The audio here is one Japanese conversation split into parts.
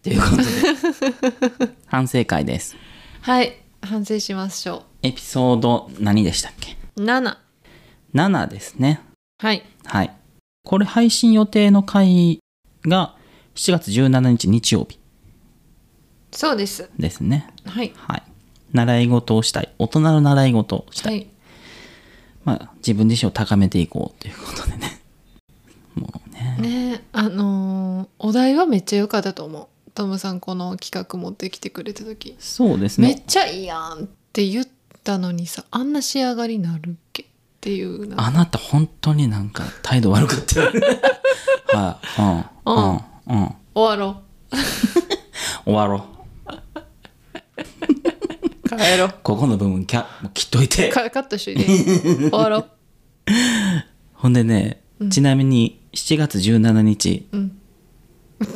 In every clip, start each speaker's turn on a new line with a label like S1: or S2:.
S1: ということで反省会です
S2: はい反省しましょ
S1: エピソード何でしたっけ
S2: う7
S1: 7ですね
S2: はい
S1: はいこれ配信予定の回が7月17日日曜日
S2: そうです
S1: ですね
S2: はい
S1: はい習い事をしたい大人の習い事をした、
S2: はいい
S1: まあ自分自身を高めていこうということでねもうね
S2: ねえあのーお題はめっちゃ良かったと思うトムさんこの企画持ってきてくれた時
S1: そうです
S2: め
S1: ね
S2: っちゃいいやんって言ったのにさあんな仕上がりになるっけっていうな
S1: あなた本当になんか態度悪か ったよねはいうんうんうん
S2: 終わろ
S1: 終わろう
S2: う帰ろう
S1: ここの部分キャもう切っといて
S2: カカットしといて終わろう
S1: ほんでね、ちなみに7月17日、
S2: ん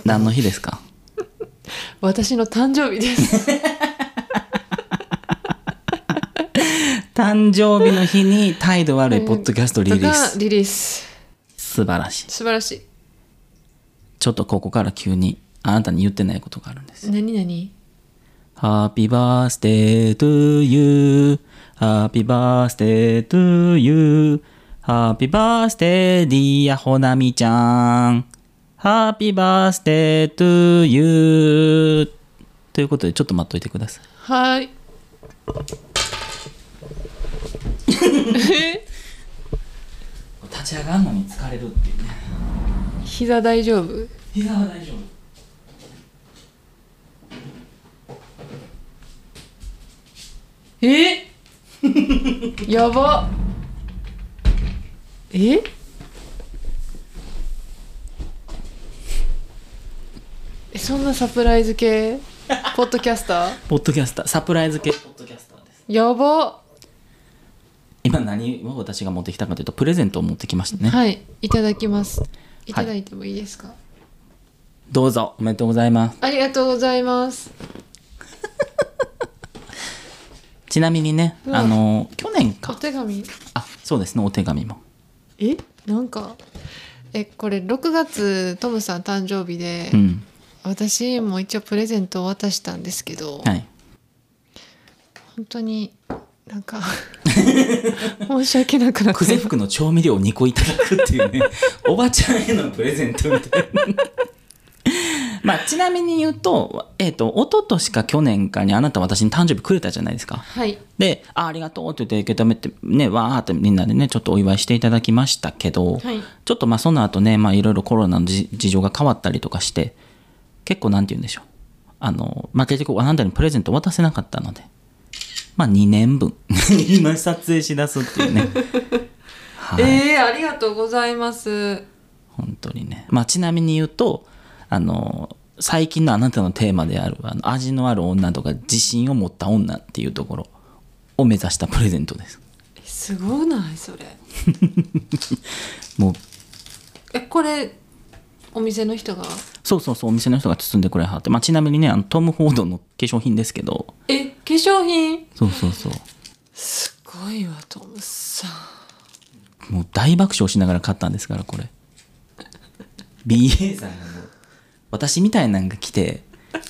S1: 何の日ですか
S2: 私の誕生日です
S1: 誕生日の日に態度悪いポッドキャストリリー
S2: が
S1: ス
S2: リリース
S1: 素晴らしい
S2: 素晴らし
S1: ちょっとここから急にあなたに言ってないことがあるんです
S2: い何何
S1: Happy birthday to you Happy birthday to you Happy birthday dear ほなみちゃん Happy birthday to you ということでちょっと待っといてください
S2: はーい
S1: 立ち上がるのに疲れるっていうね
S2: 膝大丈夫
S1: 膝は大丈夫
S2: え やばええそんなサプライズ 系ポッドキャスター
S1: ポッドキャスターサプライズ系ポッドキャスターです
S2: やば、
S1: 今何を私が持ってきたかというとプレゼントを持ってきましたね、
S2: はいいただきますいただいてもいいですか、
S1: どうぞおめでとうございます
S2: ありがとうございます
S1: ちなみにね、
S2: うん
S1: あの去年
S2: お
S1: か
S2: 手紙
S1: あそうですねお手紙も
S2: えなんかえこれ6月トムさん誕生日で、
S1: うん
S2: 私も一応プレゼントを渡したんですけど、
S1: はい
S2: 本当になんか 申し訳なくなっ
S1: 久世
S2: て
S1: 福の調味料を2個いただくっていう ねおばちゃんへのプレゼントみたいなまあちなみに言うとえっ、と一昨年か去年かにあなた私に誕生日くれたじゃないですか
S2: はい
S1: で、あありがとうって言って受け止めて、ね、わーってみんなでね、ちょっとお祝いしていただきましたけど、
S2: はい
S1: ちょっとまあその後ね、まあいろいろコロナのじ事情が変わったりとかして、結構なんて言うんでしょう。あの、まあ結局あなたにプレゼント渡せなかったので、まあ2年分。 今撮影しだすっていうね。 はい、
S2: えー、ありがとうございます
S1: 本当にね。まあちなみに言うと、あの、最近のあなたのテーマである、あの味のある女とか自信を持った女っていうところを目指したプレゼントです。
S2: えすごないそれ
S1: もう
S2: えこれお店の人が
S1: そうそうそうお店の人が包んでくれはって、まあ、ちなみにねあのトム・フォードの化粧品ですけど
S2: え化粧品
S1: そうそうそう
S2: すごいわトムさん
S1: もう大爆笑しながら買ったんですからこ れ BA さんがもう私みたいなんが来て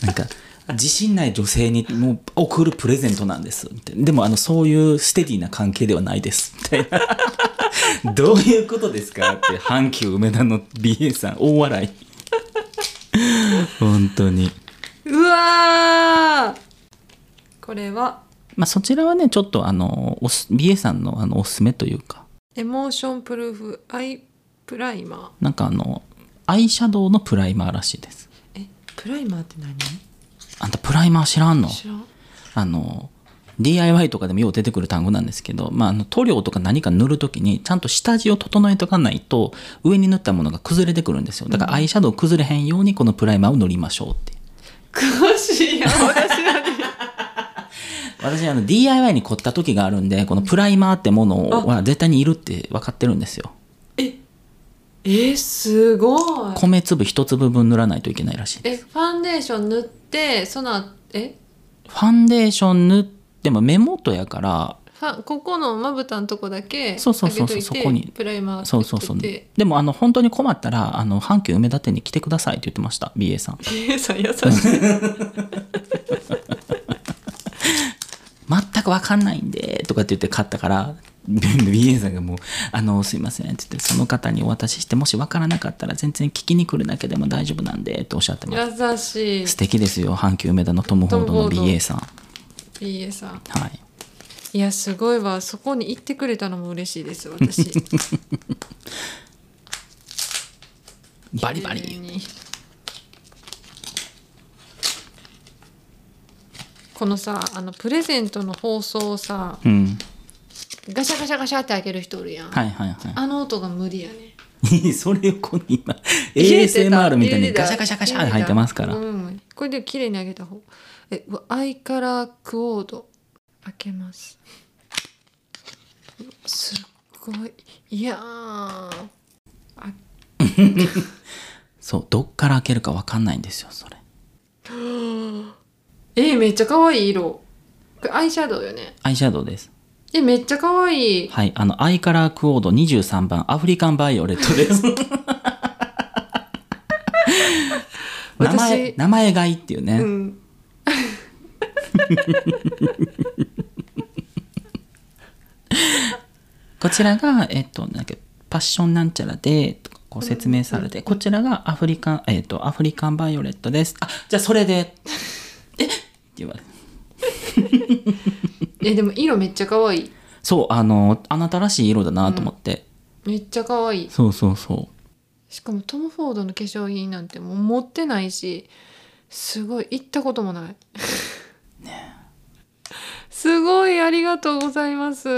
S1: なんか自信ない女性にもう送るプレゼントなんですみたいなでもあのそういうステディな関係ではないですみたいなどういうことですかって阪急梅田の BA さん大笑い本当に
S2: うわーこれは
S1: まあ、そちらはねちょっとあのおす BA さんのあのおすすめというか
S2: エモーションプルーフアイプライマ
S1: なんかあのアイシャドウのプライマーらしいです
S2: ーえプライマーって何
S1: あんたプライマー知らんの
S2: 知らん
S1: あの DIY とかでもよう出てくる単語なんですけど、まあ、あの塗料とか何か塗るときにちゃんと下地を整えとかないと上に塗ったものが崩れてくるんですよだからアイシャドウ崩れへんようにこのプライマーを塗りましょうって
S2: 詳しいやん 私らに
S1: 私あの DIY に凝った時があるんでこのプライマーってものは絶対にいるって分かってるんですよ
S2: えすごい
S1: 米粒一粒分塗らないといけないらしい
S2: えファンデーション塗ってそのえ
S1: ファンデーション塗っても目元やから
S2: ファンここのまぶたのとこだけ
S1: そうそう
S2: 上
S1: そう
S2: げ
S1: そ
S2: と
S1: う
S2: い
S1: そこに
S2: てプライマー
S1: そうそうそう
S2: つけて
S1: でもあの本当に困ったらあの阪急梅田店に来てくださいって言ってました BA さん
S2: PA さん優しい
S1: 全く分かんないんでとかって言って買ったから BA さんがもう「あのすいません」って言ってその方にお渡ししてもし分からなかったら全然聞きに来るだけでも大丈夫なんでっておっしゃってまし
S2: 優しい
S1: た素敵ですよ阪急梅田のトム・フォードの
S2: トムフォード
S1: BA さん
S2: PA さん
S1: はい
S2: いやすごいわそこに行ってくれたのも嬉しいです私
S1: バリバ
S2: 急
S1: リ
S2: にこのさあのプレゼントの包装をさ
S1: うん
S2: ガシャガシャガシャって開ける人おるやん、
S1: はいはいはい
S2: あの音が無理やね
S1: それをこの今
S2: 入れてた
S1: ASMR みた
S2: 入
S1: いに
S2: れてた
S1: ガシャガシャガシャって入ってますから
S2: うん、これで綺麗にあげた方えうわアイカラークオード開けますすっごいいやーあ
S1: そうどっから開けるか分かんないんですよそれ
S2: えめっちゃ可愛い色これアイシャドウよね
S1: アイシャドウです
S2: えめっちゃ可愛い
S1: はいあのアイカラークオード23番アフリカンバイオレット です名前
S2: 私
S1: 名前がいいっていうね、
S2: うん。
S1: こちらがえっとなんだっけパッションなんちゃらでとかこう説明されて、こちらがアフリカンえっとアフリカンバイオレットですあじゃあそれで えって言われて
S2: えでも色めっちゃ可愛い
S1: そうあのあなたらしい色だなと思って、
S2: めっちゃ可愛い
S1: そうそうそう
S2: しかもトム・フォードの化粧品なんてもう持ってないしすごい行ったこともない すごいありがとうございます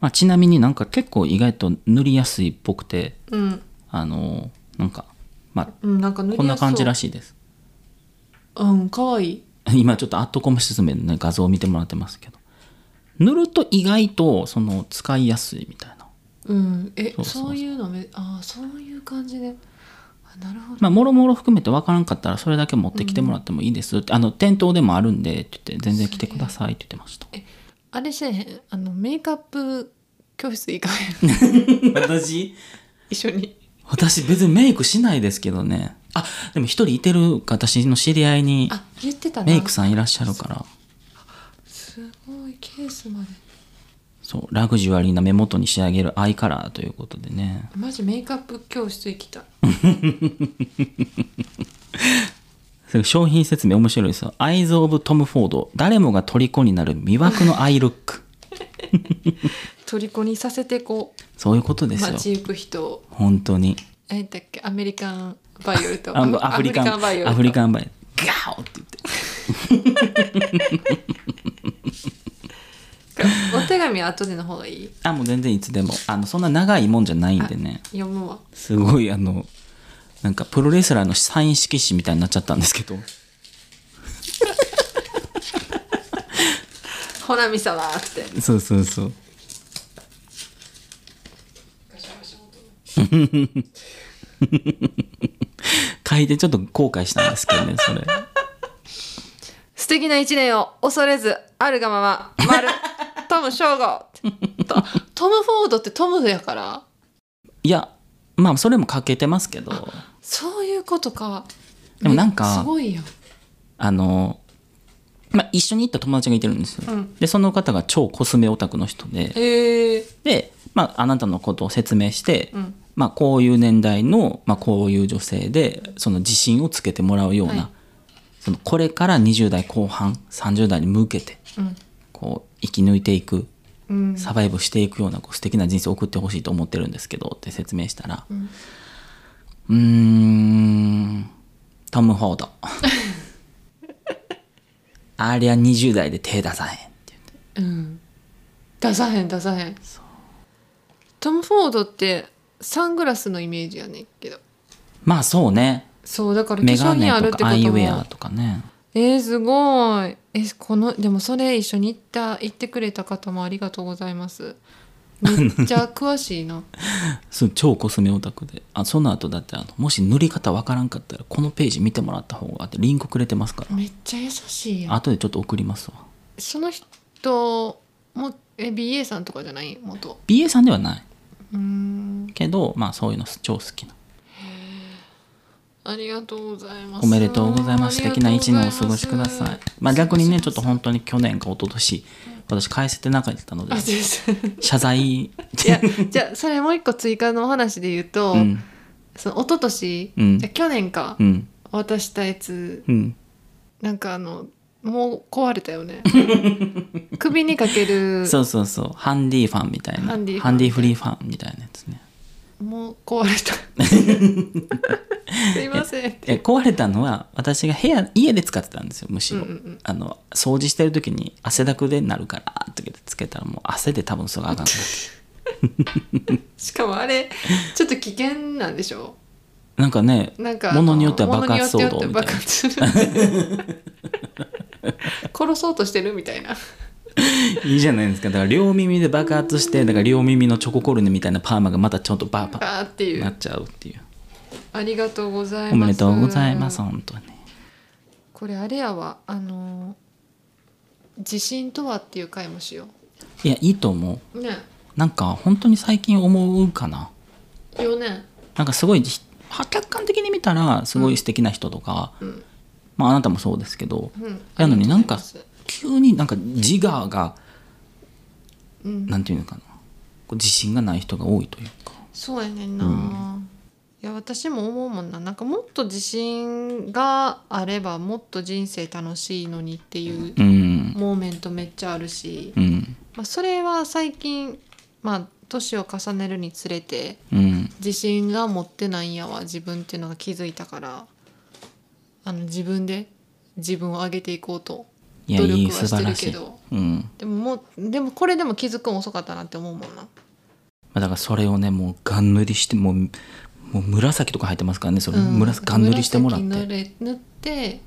S1: まあ、ちなみになんか結構意外と塗りやすいっぽくて
S2: うん、
S1: あのなんかま
S2: うん、なんか塗りやすそう
S1: あこんな感じら
S2: し
S1: しいです
S2: うん可愛い
S1: 今ちょっとアットコム進めの、ね、画像を見てもらってますけど塗ると意外とその使いやすいみたいな
S2: うんえそ
S1: そううそうそう
S2: いうのめあーそういう感じであなるほど
S1: まあもろもろ含めて分からんかったらそれだけ持ってきてもらってもいいですって、あの店頭でもあるんでって言って全然来てくださいって言ってました
S2: あれせえへんあのメイクアップ教室行かへん
S1: 私
S2: 一緒に
S1: 私別にメイクしないですけどねあでも一人いてる私の知り合いに
S2: あ言ってたな
S1: メイクさんいらっしゃるから
S2: すごいケースまで
S1: そうラグジュアリーな目元に仕上げるアイカラーということでね
S2: マジメイクアップ教室行きたい
S1: それ商品説明面白いですよ「アイズ・オブ・トム・フォード誰もが虜になる魅惑のアイルック
S2: 虜にさせてこ」
S1: そういうこと
S2: う
S1: ですよ
S2: 街行く人を
S1: 本当に
S2: 何だっけアメリカンバイオレット
S1: あアフリカン
S2: バイオレット
S1: アフリカンバイガオって言って
S2: お手紙は後での方がいい
S1: あもう全然いつでもあのそんな長いもんじゃないんでね
S2: 読むわ
S1: すごいあのなんかプロレスラーのサイン色紙みたいになっちゃったんですけど
S2: ほなみさわーって
S1: そうそうそう 書いてちょっと後悔したんですけどねそれ
S2: 素敵な一年を恐れずあるがまま丸 トム翔吾とトム・フォードってトムやから
S1: いやまあそれも欠けてますけど
S2: そういうことか
S1: でもなんか
S2: めすごいよ
S1: あの、まあ、一緒に行った友達がいてるんですよ、
S2: うん
S1: でその方が超コスメオタクの人で
S2: へえ
S1: で、まあ、あなたのことを説明して、
S2: うん
S1: まあ、こういう年代の、まあ、こういう女性でその自信をつけてもらうような、
S2: はい
S1: そのこれから20代後半30代に向けて
S2: うん
S1: こう生き抜いていく
S2: うん
S1: サバイブしていくようなこう素敵な人生を送ってほしいと思ってるんですけどって説明したら
S2: ん
S1: うーんトム・フォー ドありゃ20代で手出さへんって言って
S2: うん出さへん出さへんトム・フォードってサングラスのイメージやねんけど
S1: まあそうね
S2: そうだから化
S1: メ
S2: 粧
S1: ガネ
S2: 品あるっ
S1: と
S2: て
S1: か
S2: こ
S1: アイ
S2: と
S1: ウェア
S2: も
S1: とかね
S2: えー、すごいえこのでもそれ一緒に行った行ってくれた方もありがとうございますめっちゃ詳しいな
S1: そう超コスメオタクであその後だってあのもし塗り方わからんかったらこのページ見てもらった方がってリンクくれてますから
S2: めっちゃ優しいやん
S1: 後でちょっと送りますわ
S2: その人もえ BA さんとかじゃない元
S1: BA さんではないう
S2: ーん
S1: けどまあそういうの超好きな
S2: ありがとうございます
S1: おめでとうございます
S2: あ
S1: 素
S2: りがと
S1: 敵
S2: う
S1: な
S2: ご
S1: 一
S2: ざい
S1: 年を
S2: ます
S1: お過ごしくださいまあ逆にねちょっと本当に去年か一昨年私返せてなかったので
S2: あ先生
S1: 謝罪
S2: いやじゃあそれもう一個追加のお話で言うと、
S1: うん
S2: その一昨年、
S1: うん
S2: じゃあ去年か、
S1: うん
S2: 渡したやつ
S1: うん
S2: なんかあのもう壊れたよ ね首にかける
S1: そうそうそうハンディファンみたいな
S2: ハンディファン
S1: ハンディフリーファンみたいなやつね
S2: もう壊れた すいません
S1: え壊れたのは私が部屋家で使ってたんですよむしろ、
S2: うんうんうん
S1: あの掃除してる時に汗だくでなるからあーっとつけたらもう汗で多分それがあかんくなって
S2: しかもあれちょっと危険なんでしょ
S1: なんかね
S2: なんか
S1: 物によっては爆
S2: 物
S1: 発
S2: によって
S1: 騒動みたいな
S2: 爆発する殺そうとしてるみたいない
S1: いじゃないですかだから両耳で爆発してだから両耳のチョココルネみたいなパーマがまたちょっとバーバー
S2: あーってい
S1: な
S2: う
S1: っちゃうっていう
S2: ありがとうございます
S1: おめでとうございます本当に
S2: これあれやわあのー地震とはっていう回もしよ
S1: いやいいと思
S2: うね
S1: うなんか本当に最近思うかな
S2: 4年
S1: なんかすごいひ客観的に見たらすごい素敵な人とか、
S2: うん
S1: まああなたもそうですけど、
S2: うん
S1: なのになんか
S2: ありがとうございます
S1: 急になんか自我が
S2: うん
S1: なんていうのかなこう自信がない人が多いというか
S2: そうやねんな、いや私も思うもんななんかもっと自信があればもっと人生楽しいのにっていう
S1: うん
S2: モーメントめっちゃあるし、
S1: うん
S2: まあ、それは最近まあ年を重ねるにつれて
S1: うん
S2: 自信が持ってないんやわ自分っていうのが気づいたからあの自分で自分を上げていこうと
S1: いや
S2: 努力
S1: いい
S2: は
S1: 素
S2: して
S1: 晴
S2: る
S1: ら
S2: け
S1: しい、
S2: ど
S1: うんま
S2: でももうでもこれでも気づくん遅かったなって思うもんな
S1: あ、だからそれをねもうガン塗りしてもうもう紫とか入ってますからねそれ、
S2: うん
S1: 紫ガン塗りしてもらって
S2: 紫塗れ塗って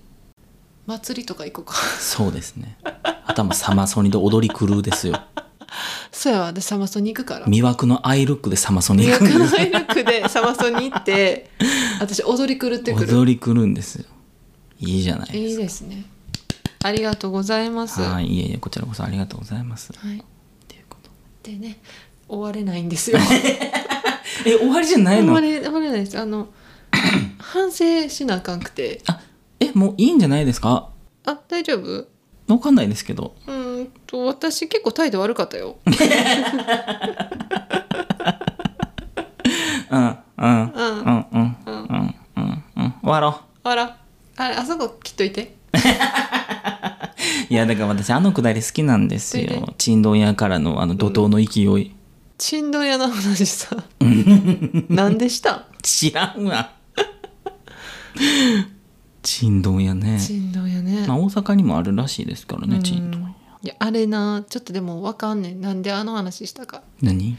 S2: 祭りとか行こうか
S1: そうですね頭サマソニで踊り狂うですよ
S2: そうやわでサマソニ行くから
S1: 魅惑のアイルックでサマソニ
S2: 魅惑
S1: 行くんで
S2: の
S1: す
S2: アイルックでサマソニ行 って私踊り狂ってくる
S1: 踊り狂うんですよいいじゃないで
S2: いい
S1: す
S2: ですねありがとうございます
S1: かはいいえいえこちらこそありがとうございます
S2: はい
S1: っていうこと
S2: でね終われないんですよ
S1: え終わりじゃない
S2: 終わ
S1: の
S2: れ終われないですあの 反省しなあかんくて
S1: あえもういいんじゃないですか
S2: あ大丈夫
S1: わかんないですけど
S2: うーんと私結構態度悪かったよ
S1: うんうんうんうん
S2: うん
S1: うんうんうんうん終わろ
S2: あらあれあそこ切っといて
S1: ういやだから私あのくだり好きなんです
S2: それで
S1: よちんどん屋からのあの怒涛の勢い、
S2: ちんどん屋の話 さなんでした
S1: 知らんわちんどん屋ね
S2: ちんどん屋ね
S1: まあ、大阪にもあるらしいですから
S2: う
S1: ね
S2: ん
S1: ちんどん屋
S2: いやあれなちょっとでもわかんねんなんであの話したか
S1: 何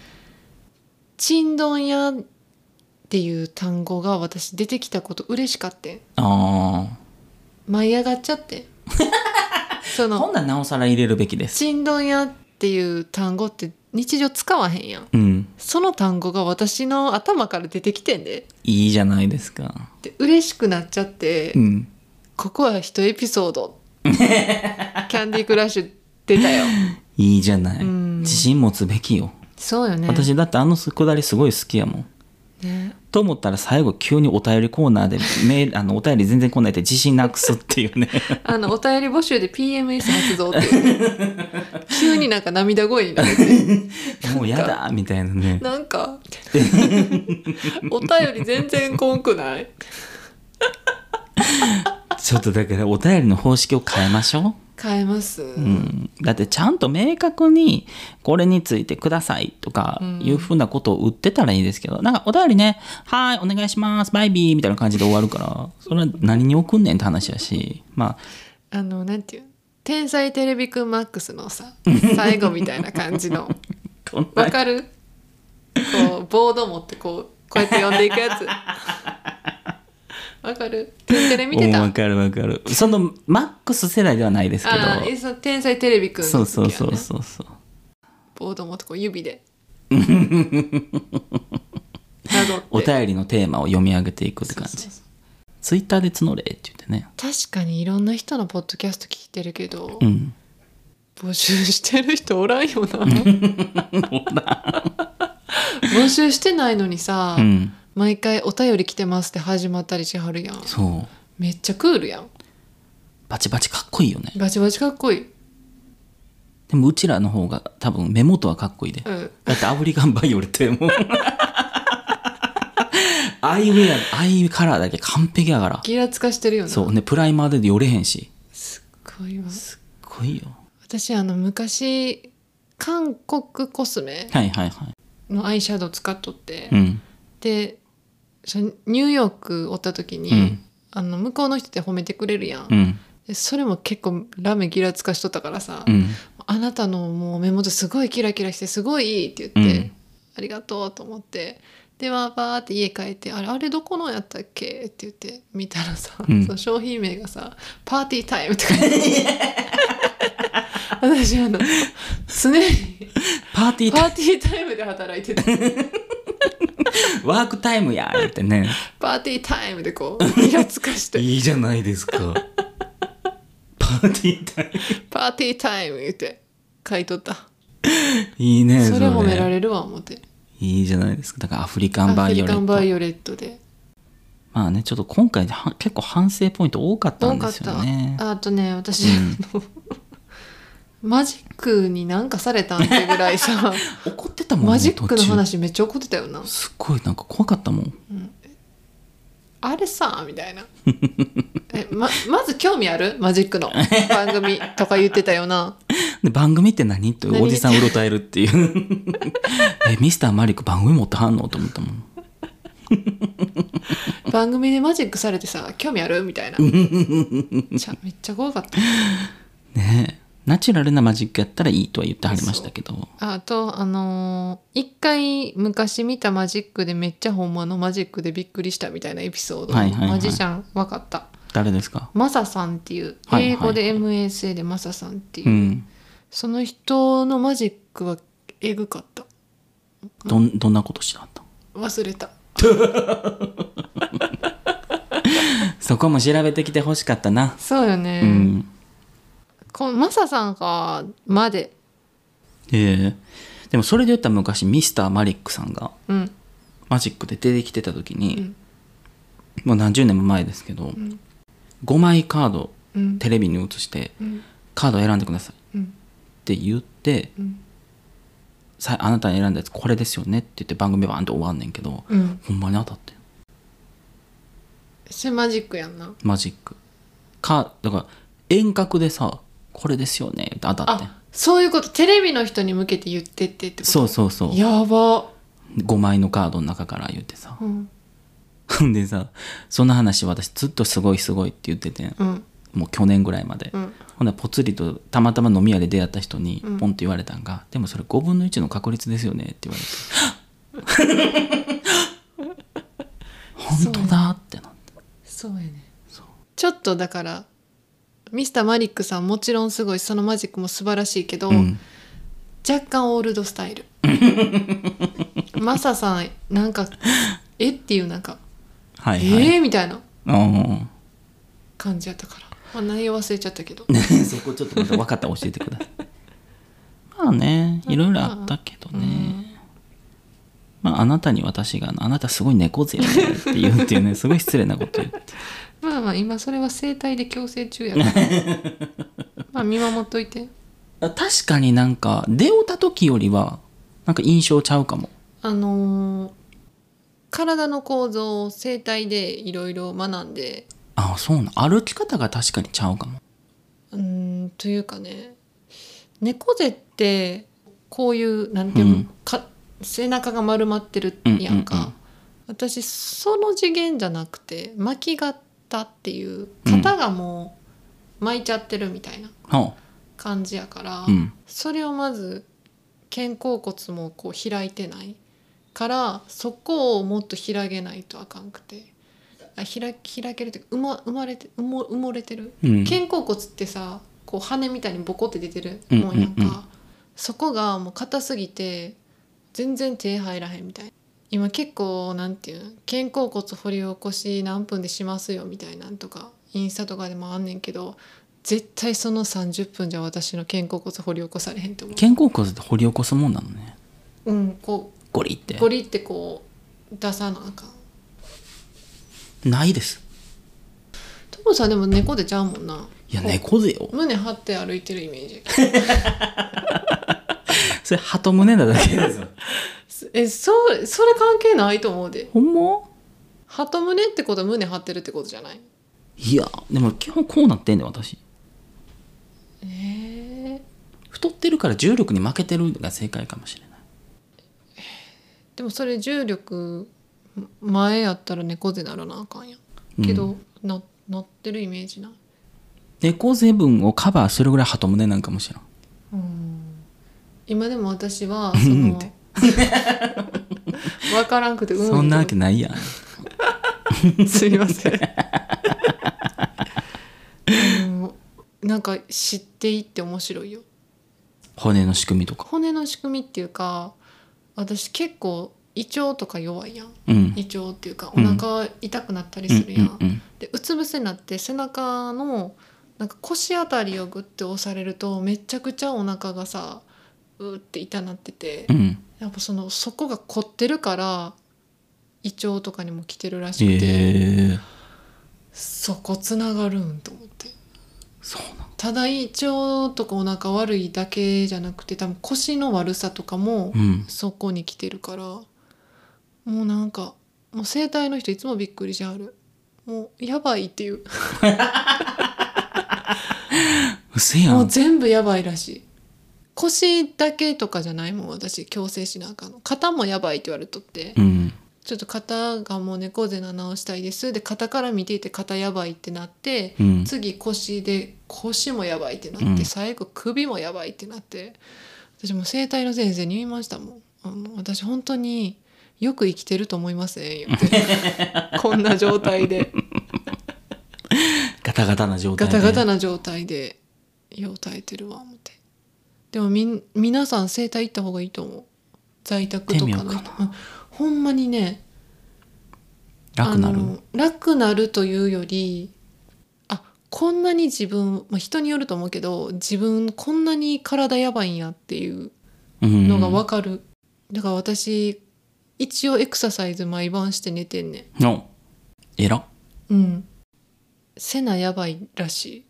S2: ちんどん屋っていう単語が私出てきたこと嬉しかってん
S1: あ
S2: 舞い上がっちゃ ってんそ
S1: あ
S2: の
S1: 本来なおさら入れるべきです
S2: ちんどん屋っていう単語って日常使わへんやん
S1: うん
S2: その単語が私の頭から出てきてんで
S1: いいじゃないですか
S2: で嬉しくなっちゃって、
S1: うん
S2: ここは一エピソー ドキャンディークラッシュ出たよ
S1: いいじゃない
S2: うん
S1: 自信持つべきよ、
S2: そうよね
S1: 私だってあのくだりすごい好きやもん
S2: ね
S1: と思ったら最後急にお便りコーナー でメールあのお便り全然来ないで自信なくすっていうね
S2: あのお便り募集で PMS 発動っていう急になんか涙声になるっていう
S1: もうやだみたいなね
S2: なんかお便り全然こんくない
S1: ちょっとだからお便りの方式を変えましょ
S2: 変えます、
S1: う、うん、だってちゃんと明確にこれについてくださいとかいうふうなことを売ってたらいいですけどなんかお便りね「はーいお願いしますバイビー」みたいな感じで終わるからそれは何に送んねんって話やしまあ
S2: あのなんていう天才テレビくんマックスのさ最後みたいな感じの
S1: こんな
S2: わかるこうボード持ってこうこうやって呼んでいくやつわかる天テレ見て
S1: うん
S2: た
S1: わかるわかるそのマックス世代ではないですけ
S2: ああ
S1: ど
S2: えその天才テレビくんの時
S1: そうそう
S2: や
S1: そう
S2: ね
S1: そうそう
S2: ボード持ってこう指 でなぞって
S1: お便りのテーマを読み上げていくって感
S2: そう
S1: じ
S2: そうそう
S1: ツイッターで募れって言ってね
S2: 確かにいろんな人のポッドキャスト聞いてるけど、
S1: うん
S2: 募集してる人おらんよな 募集してないのにさ、
S1: うん
S2: 毎回「お便り来てます」って始まったりしはるやん
S1: そう
S2: めっちゃクールやん
S1: バチバチかっこいいよね
S2: バチバチかっこいい
S1: でもうちらの方が多分目元はかっこいいで、
S2: うん
S1: だってアフリカンバイオレットやもん アイウェアアイカラーだけ完璧やから
S2: ギラつかしてるよな
S1: そうねプライマーでよれへんし
S2: すっごいわ
S1: かっこいいよ
S2: 私あの昔韓国コスメ
S1: はいはいはい
S2: のアイシャドウ使っとって、
S1: うん
S2: でそのニューヨークおった時に、
S1: うん
S2: あの向こうの人って褒めてくれるやん、
S1: うん
S2: でそれも結構ラメギラつかしとったからさ、
S1: うん
S2: あなたのもう目元すごいキラキラしてすごいいいって言って、
S1: うん
S2: ありがとうと思ってでわーバーって家帰って「あれあれどこのやったっけ?」って言って見たらさ、
S1: うん
S2: その商品名がさ「パーティータイム」とか私あの常に
S1: パーティー
S2: パ
S1: タイ
S2: ーティータイムで働いてた
S1: ムワークタイムや言っ てね
S2: パーティータイムでこうイラつかして
S1: いいじゃないですかパーティータイム
S2: 「パーティータイム」言って買い取った
S1: いいね
S2: それ褒めら
S1: る
S2: れるわ思って
S1: いいじゃないですかだからアフリカン
S2: ア
S1: バ
S2: フ
S1: イ
S2: リ
S1: オレ
S2: カン
S1: ッ
S2: バ
S1: ト
S2: イオレットで
S1: まあねちょっと今回は結構反省ポイント多かった
S2: 多
S1: んで
S2: かっ
S1: すよ
S2: た、
S1: ね
S2: あとね私、あ のマジックになんかされたんってぐらい さ
S1: 怒ってたもんね
S2: マジック
S1: 途
S2: の
S1: 中
S2: 話めっちゃ怒ってたよな
S1: すっごいなんか怖かったもん
S2: あれさみたいなえままず興味あるマジックの番組とか言ってたよな
S1: で番組って何って
S2: 何
S1: おじさんうろたえるっていう えミスターマリック番組持ってはんのと思ったもん
S2: 番組でマジックされてさ興味あるみ たいなちゃめっちゃ怖かった
S1: ねえナチュラルなマジックやったらいいとは言ってはりましたけど
S2: あとあのー一回昔見たマジックでめっちゃほんまのマジックでびっくりしたみたいなエピソード、
S1: はいはいはい
S2: マジシャンわかった
S1: 誰ですか
S2: マサさんっていう
S1: はい
S2: 英語で MSA でマサさんっていう、
S1: うん
S2: その人のマジックはえぐかった
S1: どんどんなことしてはった
S2: 忘れた
S1: そこも調べてきてほしかったな
S2: そうよね、
S1: うん
S2: このマサさんがまで
S1: ええでもそれで言ったら昔ミスターマリックさんが
S2: うん
S1: マジックで出てきてた時に、
S2: うん
S1: もう何十年も前ですけど、5枚カード
S2: うん
S1: テレビに映して
S2: うん
S1: カード選んでください
S2: うん
S1: って言って、
S2: うん
S1: さあなたに選んだやつこれですよねって言って番組バーンと終わんねんけど、
S2: うん
S1: ほんまに当たってん
S2: それマジックやんな
S1: マジックかだから遠隔でさこれですよねって当たってん
S2: あそういうことテレビの人に向けて言ってってってこと
S1: そうそうそう
S2: やば、
S1: 5枚のカードの中から言ってさ
S2: うん
S1: ほんでさその話私ずっとすごいすごいって言っててん
S2: うん
S1: もう去年ぐらいまで、
S2: うん
S1: ほんならぽつりとたまたま飲み屋で出会った人にポンって言われたんが、でもそれ5分の1の確率ですよねって言われて 本当だってなって
S2: そうやねちょっとだからミスターマリックさんもちろんすごいそのマジックも素晴らしいけど、
S1: うん
S2: 若干オールドスタイ ルマサさんなんかえっていうなんか、
S1: はいはい、
S2: えー、みたいな
S1: うん
S2: 感じやったから、まあ、内容忘れちゃったけど
S1: そこちょっとまた分かったら教えてください まあねいろいろあったけどねまああなたに私が「あなたすごい猫背やね」って言うっていう ねすごい失礼なこと言って
S2: まあまあ今それは整体で矯正中やから まあ見守っといて
S1: 確かになんか出会った時よりはなんか印象ちゃうかも
S2: あのー体の構造を整体でいろいろ学んで
S1: ああそうなん歩き方が確かにちゃうかも
S2: うーんというかね猫背ってこういうなんていうの、
S1: うん
S2: か背中が丸まってるやんか、
S1: うんうんうん
S2: 私その次元じゃなくて巻き型っていう型がもう巻いちゃってるみたいな
S1: は
S2: 感じやから、
S1: あうん
S2: それをまず肩甲骨もこう開いてないからそこをもっと開けないとあかんくてあ開開けるっていうか埋ま生まれて埋も埋もれてる
S1: うん
S2: 肩甲骨ってさこう羽みたいにボコって出てるもんやんか、
S1: うんうんうん
S2: そこがもう硬すぎて全然手入らへんみたいな今結構なんていうん肩甲骨掘り起こし何分でしますよみたいなんとかインスタとかでもあんねんけど絶対その30分じゃ私の肩甲骨掘り起こされへんと思
S1: 肩甲骨って掘り起こすもんなのね
S2: ううんこ
S1: ゴリって
S2: うゴリってこう出さなあかん
S1: ないです
S2: トモさんでも猫でちゃうもんないい
S1: や猫背よ
S2: 胸張って歩いてるイメージやけど
S1: それ鳩胸なだけです よ
S2: えそうそれ関係ないと思うで
S1: ほんま
S2: 鳩胸ってことは胸張ってるってことじゃない
S1: いやでも基本こうなってんねん私
S2: えー、
S1: 太ってるから重力に負けてるのが正解かもしれない
S2: でもそれ重力前やったら猫背ならなあかんやんけど、ななってるイメージない
S1: 猫背分をカバーするぐらい鳩胸なんかもしれん
S2: 今でも私 は
S1: ん
S2: そ
S1: っ
S2: の
S1: て
S2: 分からんくてうん
S1: そんなわけないや ん
S2: すいませんあのなんか知っていって面白いよ
S1: 骨の仕組みとか
S2: 骨の仕組みっていうか私結構胃腸とか弱いやん
S1: うん
S2: 胃腸っていうかお
S1: うん
S2: 腹痛くなったり
S1: うん
S2: するやん、
S1: うんうん
S2: でうつ伏せになって背中のなんか腰あたりをグッて押されるとめちゃくちゃお腹がさうーって痛なってて、
S1: うん
S2: やっぱそのそこが凝ってるから胃腸とかにも来てるらしくて、
S1: えー、
S2: そこつながるんと思って
S1: そうなん
S2: ただ胃腸とかお腹悪いだけじゃなくて多分腰の悪さとかも
S1: うん
S2: そこに来てるから、もうなんかもう整体の人いつもびっくりしはるもうやばいっていう
S1: うせや
S2: も
S1: ん
S2: う全部やばいらしい腰だけとかじゃないもん私矯正しなあかんの肩もやばいって言われとって、
S1: うん
S2: ちょっと肩がもう猫背な直したいですで肩から見ていて肩やばいってなって、
S1: うん
S2: 次腰で腰もやばいってなって、
S1: うん
S2: 最後首もやばいってなって私もう整体の先生に言いましたもんあの私本当によく生きてると思いますね 言ってこんな状態で
S1: ガタガタな状態
S2: ガ
S1: で
S2: タガタな状態でよう耐えてるわ思ってでもみん皆さん整体行った方がいいと思う在宅とか
S1: 行ってみよう
S2: うんほんまにね
S1: 楽なる
S2: あの楽なるというよりあこんなに自分、まあ、人によると思うけど自分こんなに体やばいんやっていうの
S1: の
S2: がわかる、だから私一応エクササイズ毎晩して寝てんね
S1: のえら
S2: んうんセナやばいらし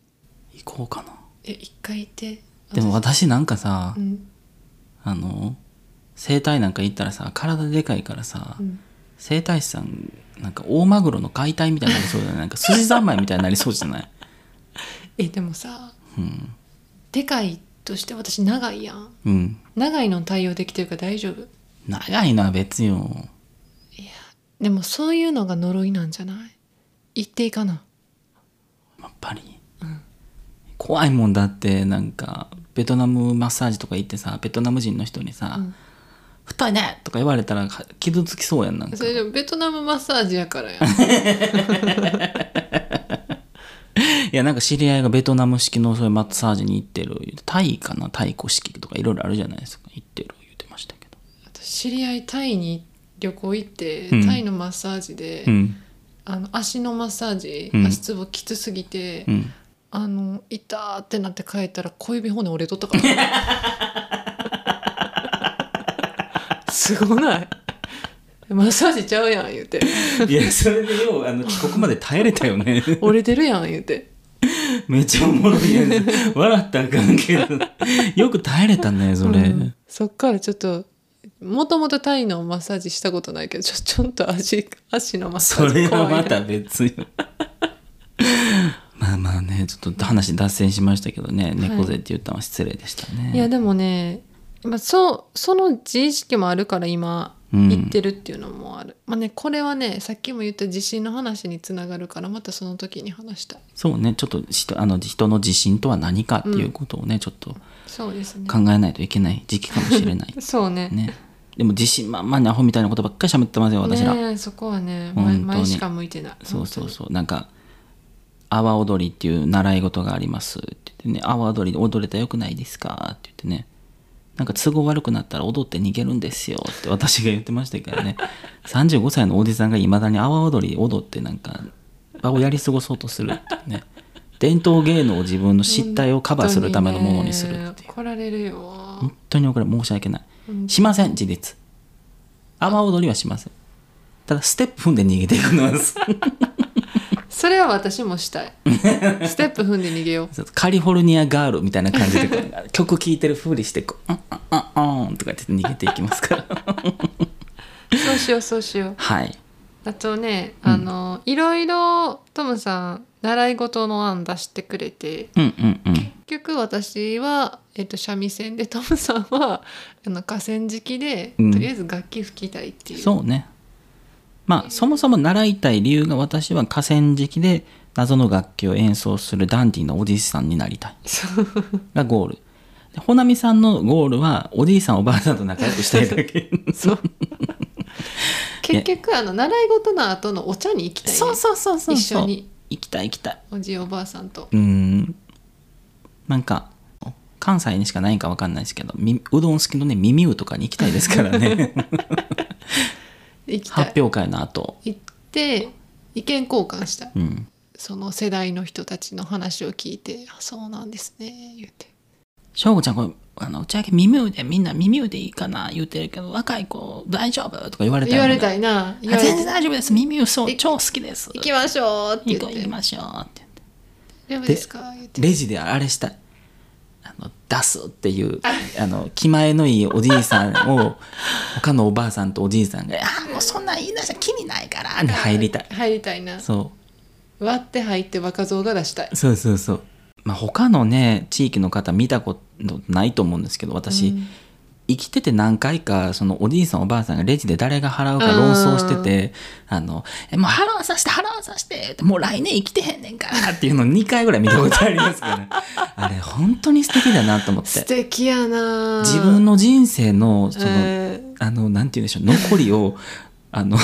S1: 行こうかない
S2: え一回行って
S1: でも私なんかさ、
S2: うん
S1: あの整体なんか行ったらさ体でかいからさ、
S2: うん
S1: 整体師さんなんか大マグロの解体みたいになりそうじゃないなんか筋三昧みたいになりそうじゃない
S2: えでもさ
S1: うん
S2: でかいとして私長いやん
S1: うん
S2: 長いの対応できてるから大丈夫
S1: 長いのは別よ
S2: でもそういうのが呪いなんじゃない行っていかな
S1: やっぱり、怖いもんだってなんかベトナムマッサージとか行ってさベトナム人の人にさ「
S2: うん
S1: 太いね!」とか言われたらは傷つきそうやんなんか
S2: それでもベトナムマッサージやからや
S1: いやなんか知り合いがベトナム式のそういうマッサージに行ってる言うてタイかなタイ古式とかいろいろあるじゃないですか行ってる言ってましたけど
S2: 私知り合いタイに旅行行って、
S1: うん
S2: タイのマッサージで、
S1: うん
S2: あの足のマッサージ、
S1: うん
S2: 足つぼきつすぎて、
S1: うん
S2: あの痛ーってなって帰ったら小指骨折れとったから すごないマッサージちゃうやん言うて
S1: いやそれでようあの帰国まで耐えれたよね
S2: 折れてるやん言うて
S1: めっちゃおもろいやつ笑ったらあかんけどよく耐えれたねそれ、
S2: うんそっからちょっともともとタイのマッサージしたことないけどちょ ちょっと足足のマッサ
S1: そ
S2: ージ
S1: れ
S2: 怖
S1: は
S2: いな
S1: また別よ まあまあねちょっと話脱線しましたけどね猫背って言ったのは失礼でしたね、
S2: いやでもね、まあ、そうその自意識もあるから今
S1: うん
S2: 言ってるっていうのもある、まあねこれはねさっきも言った自信の話につながるからまたその時に話したい
S1: そうねちょっと人あの人の自信とは何かっていうことをね、ちょっと
S2: そうですね
S1: 考えないといけない時期かもしれない
S2: そうねね
S1: ねでも自信満々にアホみたいなことばっかり喋ってますよ私ら、
S2: えそこはね
S1: 本当
S2: 前
S1: に
S2: 前しか向いてない
S1: そうそうそうなんか阿波踊りっていう習い事がありますって言ってね阿波踊りで踊れたらよくないですかって言ってねなんか都合悪くなったら踊って逃げるんですよって私が言ってましたから ね35歳のおじさんがいまだに阿波踊り踊ってなんか場をやり過ごそうとするってね伝統芸能を自分の失態をカバーするためのものにする
S2: 本
S1: っ
S2: 当
S1: て
S2: にね
S1: いう
S2: 怒られるよ
S1: 本当にこれ申し訳ないしません自立阿波踊りはしませんただステップ踏んで逃げていくのです
S2: それは私もした いステップ踏んで逃げよう
S1: カリフォルニアガールみたいな感じでこう曲聴いてるふりしてこう「うんうんうんうん」とかって逃げていきますから
S2: そうしようそうしよう
S1: はい
S2: あとね
S1: うん
S2: あの、いろいろトムさん習い事の案出してくれて
S1: うんうんうん
S2: 結局私は、えっと三味線でトムさんはあの河川敷で、
S1: うん
S2: とりあえず楽器吹きたいっていう
S1: そうねまあそもそも習いたい理由が私は河川敷で謎の楽器を演奏するダンディーなおじいさんになりたい
S2: そう
S1: がゴールでほなみさんのゴールはおじいさんおばあさんと仲良くしたいだ け
S2: そう結局あの習い事の後のお茶に行きたいね、
S1: そうそう
S2: 一緒に
S1: 行きたい行きたい
S2: おじいおばあさんと
S1: うーんなんか関西にしかないんかわかんないですけどみうどん好きのね耳うとかに行きたいですか らね
S2: 行きたい
S1: 発表会の後
S2: 行って意見交換したい
S1: うん
S2: その世代の人たちの話を聞いて「あそうなんですね」言って
S1: 翔吾ちゃんこれあの打ち上げ耳うでみんな耳うでいいかな言うてるけど若い子大丈夫とか言われた
S2: 言
S1: よ
S2: わ
S1: ね
S2: れたいな言
S1: あ
S2: われ
S1: 全然
S2: たい
S1: 大丈夫です耳うそう
S2: い
S1: 超好きです
S2: 行きましょうって言
S1: 行
S2: って
S1: こう行きましょうって言って
S2: 大丈夫ですか言って
S1: レジであれしたいあの出すっていうあの気前のいいおじいさんを他のおばあさんとおじいさんが「あもうそんなん言い出したら気にないから」に入りたい
S2: 入りたいな
S1: そ
S2: 割って入って若造が出したいう
S1: そうそうそうまあ他のね地域の方見たことないと思うんですけど私、
S2: うん
S1: 生きてて何回かそのおじいさんおばあさんがレジで誰が払うか論争してて「あのえもう払わさして払わさして」もう来年生きてへんねんから」っていうのを2回ぐらい見たことありますから、 ね、あれ本当に素敵だなと思っ
S2: 素
S1: て
S2: 敵やな
S1: 自分の人生のその、
S2: えー
S1: あのなんて言うんでしょう残りをあの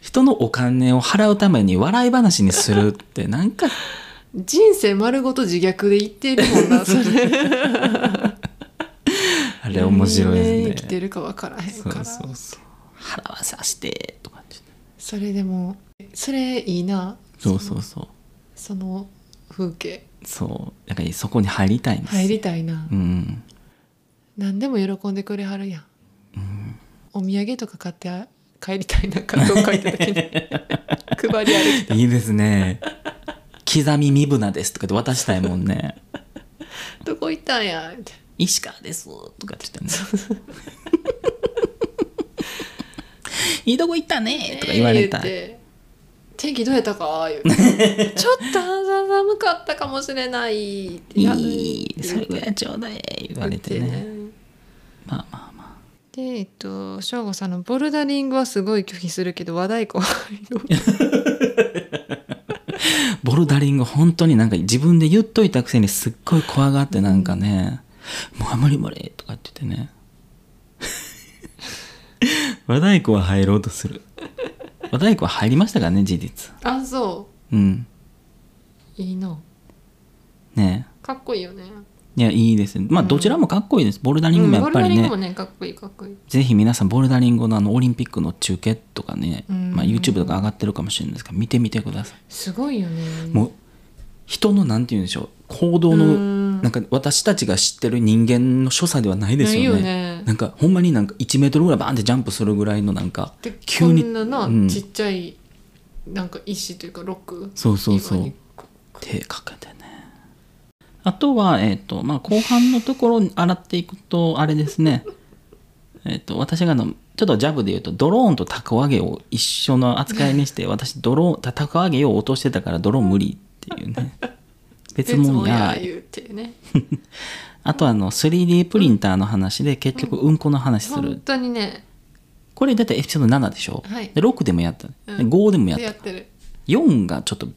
S1: 人のお金を払うために笑い話にするってなんか
S2: 人生丸ごと自虐で言ってるもん なそれ
S1: あれ面白いです
S2: 生
S1: ね
S2: きてるか分からへん
S1: そ
S2: か
S1: う
S2: ら
S1: そうそう払わさしてとかって
S2: それでもそれいいな
S1: そうそうそう
S2: その風景
S1: そうだからそこに入りたいんですよ
S2: 入りたいな、
S1: うん
S2: 何でも喜んでくれはるやん、お土産とか買ってあ帰りたいなかどうか行った 時に配り歩き
S1: いいですね刻み身分ですとかって渡したいもんね
S2: どこ行ったんやって
S1: 石川ですとかって言って ねいいとこ行ったねとか言われた
S2: 言
S1: い、
S2: うて天気どうやったか言うて ちょっと肌寒かったかもしれないって
S1: い
S2: なる
S1: いそれぐら
S2: 言
S1: いちょうだい言われて
S2: 言
S1: ね
S2: って
S1: まあまあま
S2: でえっと省吾さんのボルダリングはすごい拒否するけど和太鼓は
S1: あボルダリング本当になんか自分で言っといたくせにすっごい怖がってなんかね「もう無理無理」とかって言ってね和太鼓は入ろうとする和太鼓は入りましたからね事実
S2: あそ
S1: うん
S2: ういいな
S1: ね
S2: かっこいいよね
S1: えいやいいですねまあ
S2: うん
S1: どちらもかっこいいですボルダリングもや
S2: うんボ
S1: っ
S2: ル
S1: ぱ
S2: ダ
S1: り
S2: リン
S1: ね、
S2: グもねかっこいいかっこいい
S1: ぜひ皆さんボルダリングのあのオリンピックの中継とかね、
S2: うん
S1: まあ、YouTube とか上がってるかもしれないですから見てみてください
S2: すごいよね
S1: もう人のなんて言うんでしょう行動
S2: う
S1: の
S2: ん
S1: なんか私たちが知ってる人間の所作ではないですよね
S2: ないよね
S1: なんかほんまになんか1メートルぐらいバーンってジャンプするぐらいのなんか
S2: で
S1: 急に
S2: こんなな、
S1: うん
S2: ちっちゃいなんか石というかロック
S1: そうそうそう
S2: 岩に
S1: 手かけてねあとは、えっとまあ、後半のところに洗っていくとあれですねえっと私があのちょっとジャブで言うとドローンとたこ揚げを一緒の扱い にして私ドローンたたこ揚げを落としてたからドローン無理っていう ね別物や
S2: 別言うてね
S1: あとあの 3D プリンターの話で結局うんこの話する、
S2: 本当にね
S1: これだってエピソード7でしょ、
S2: はい
S1: で6でもやった、
S2: うん
S1: 5でもやっ
S2: や
S1: た
S2: ってる
S1: 4がちょっと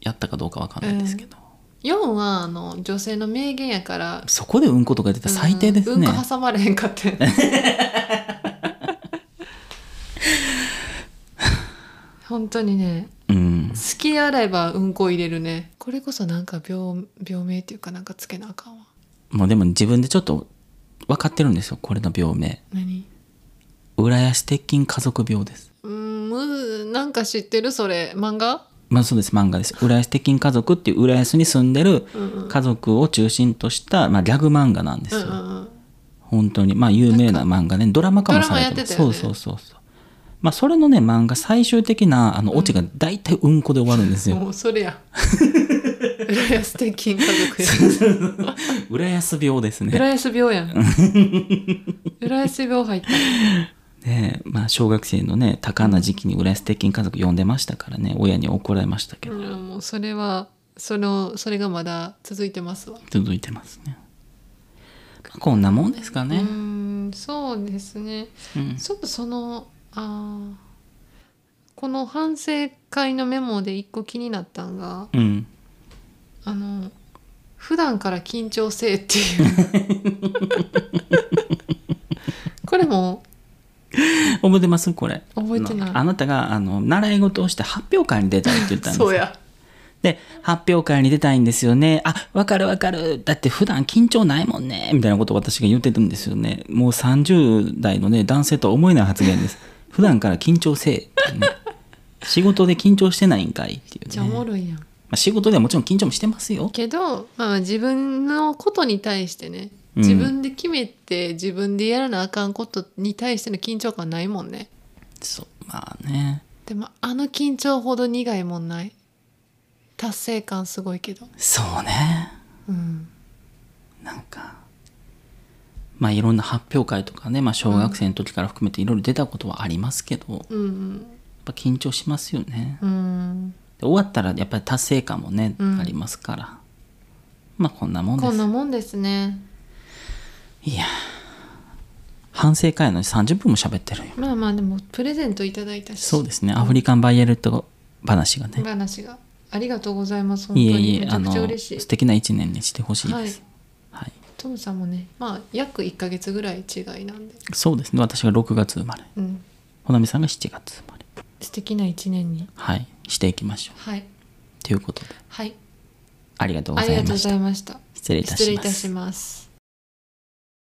S1: やったかどうかわかんないですけど、
S2: 4はあの女性の名言やから
S1: そこでうんことか出たら最低ですね、
S2: うん、うんこ挟まれへんかって本当にね
S1: うん
S2: 隙あればうんこ入れるねこれこそなんか病病名っていうかなんかつけなあかんわ
S1: もうでも自分でちょっと分かってるんですよこれの病名
S2: 何
S1: 浦安鉄筋家族病です
S2: うーんむずなんか知ってるそれ漫画
S1: まあそうです漫画です浦安鉄筋家族っていう浦安に住んでる
S2: うんうん
S1: 家族を中心とした、まあ、ギャグ漫画なんです
S2: うん
S1: よ、
S2: うんうん
S1: 本当にまあ有名な漫画ねドラマ化もされて
S2: ドラマやってて
S1: そ
S2: たよ
S1: う
S2: ね
S1: そうそうそうまあそれのね漫画最終的なあのオチが大体うんこで終わるんですよ、
S2: もうそれや浦安鉄筋家族や
S1: 浦安病ですね
S2: 浦安病やん 浦安病入った
S1: ねえまあ小学生のね多感な時期に浦安鉄筋家族呼んでましたからね親に怒られましたけど、
S2: うんもうそれはそのそれがまだ続いてますわ
S1: 続いてますね、まあこんなもんですか
S2: う
S1: ね、
S2: んそうですね
S1: うん
S2: ちょっとそのあーこの反省会のメモで一個気になったんが
S1: うん、
S2: あの普段から緊張せえっていう これも
S1: 覚えてますこれ
S2: 覚えてない
S1: あのあなたがあの習い事をして発表会に出たいって言ったんですよ
S2: そうや
S1: で発表会に出たいんですよねあわかるわかるだって普段緊張ないもんねみたいなことを私が言ってるんですよねもう30代のね男性とは思えない発言です 普段から緊張せえ ってね仕事で緊張してないんかいっていう
S2: じゃあお
S1: ね、
S2: も
S1: ま
S2: ろいやん
S1: あ、仕事ではもちろん緊張もしてますよ
S2: けど、まあ、自分のことに対してね
S1: うん
S2: 自分で決めて自分でやらなあかんことに対しての緊張感ないもんね
S1: そうまあね
S2: でもあの緊張ほど苦いもんない達成感すごいけど
S1: そうね
S2: うん
S1: なんかまあいろんな発表会とかね、まあ、小学生の時から含めていろいろ出たことはありますけど、やっ
S2: うん
S1: ぱ緊張しますよね
S2: うんうん
S1: で終わったらやっぱり達成感もね、
S2: うん
S1: ありますからまあこんなもんで
S2: こん
S1: す
S2: なもんですね
S1: いやー反省会なのに30分も喋ってるよ
S2: まあまあでもプレゼントいただいたし
S1: そうですねアフリカンバイエルト話がね
S2: 話がありがとうございます本当
S1: い
S2: に
S1: えいえ
S2: めち
S1: あ
S2: ゃく
S1: の
S2: ちゃ嬉しい
S1: 素敵な1年にしてほしいです、はい
S2: トムさんもねまあ約1か月ぐらい違いなんで
S1: そうですね私が6月生まれ
S2: うん
S1: ほなみさんが7月生まれ
S2: 素敵な1年に
S1: はいしていきましょう
S2: はい
S1: ということで
S2: はい
S1: ありがとうご
S2: あ
S1: ざ
S2: りが
S1: い
S2: とうご
S1: まし
S2: ざ
S1: た
S2: いました
S1: 失礼いた
S2: 失礼
S1: し
S2: い
S1: ま
S2: た
S1: す
S2: します